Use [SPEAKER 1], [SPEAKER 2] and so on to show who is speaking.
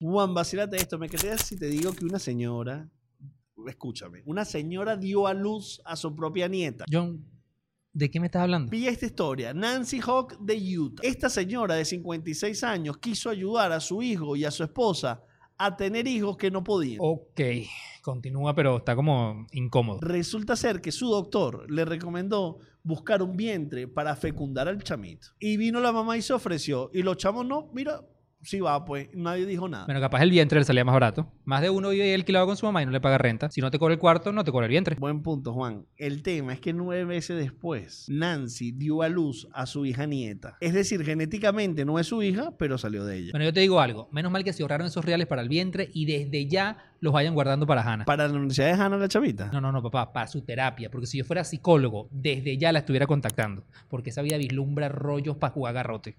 [SPEAKER 1] Juan, vacílate esto. Me crees si te digo que una señora, escúchame, una señora dio a luz a su propia nieta.
[SPEAKER 2] John, ¿de qué me estás hablando?
[SPEAKER 1] Pilla esta historia. Nancy Hawk de Utah. Esta señora de 56 años quiso ayudar a su hijo y a su esposa a tener hijos que no podían.
[SPEAKER 2] Ok, continúa, pero está como incómodo.
[SPEAKER 1] Resulta ser que su doctor le recomendó buscar un vientre para fecundar al chamito. Y vino la mamá y se ofreció. Y los chamos no, mira, sí va, pues nadie dijo nada.
[SPEAKER 2] Bueno, capaz el vientre le salía más barato. Más de uno vive ahí alquilado con su mamá y no le paga renta. Si no te cobra el cuarto, no te cobra el vientre.
[SPEAKER 1] Buen punto, Juan. El tema es que nueve meses después, Nancy dio a luz a su hija nieta. Es decir, genéticamente no es su hija, pero salió de ella.
[SPEAKER 2] Bueno, yo te digo algo. Menos mal que se ahorraron esos reales para el vientre y desde ya los vayan guardando para Hannah.
[SPEAKER 1] Para la Universidad de Hannah, la chavita.
[SPEAKER 2] No, no, no, papá, para su terapia. Porque si yo fuera psicólogo, desde ya la estuviera contactando. Porque esa vida vislumbra rollos para jugar garrote.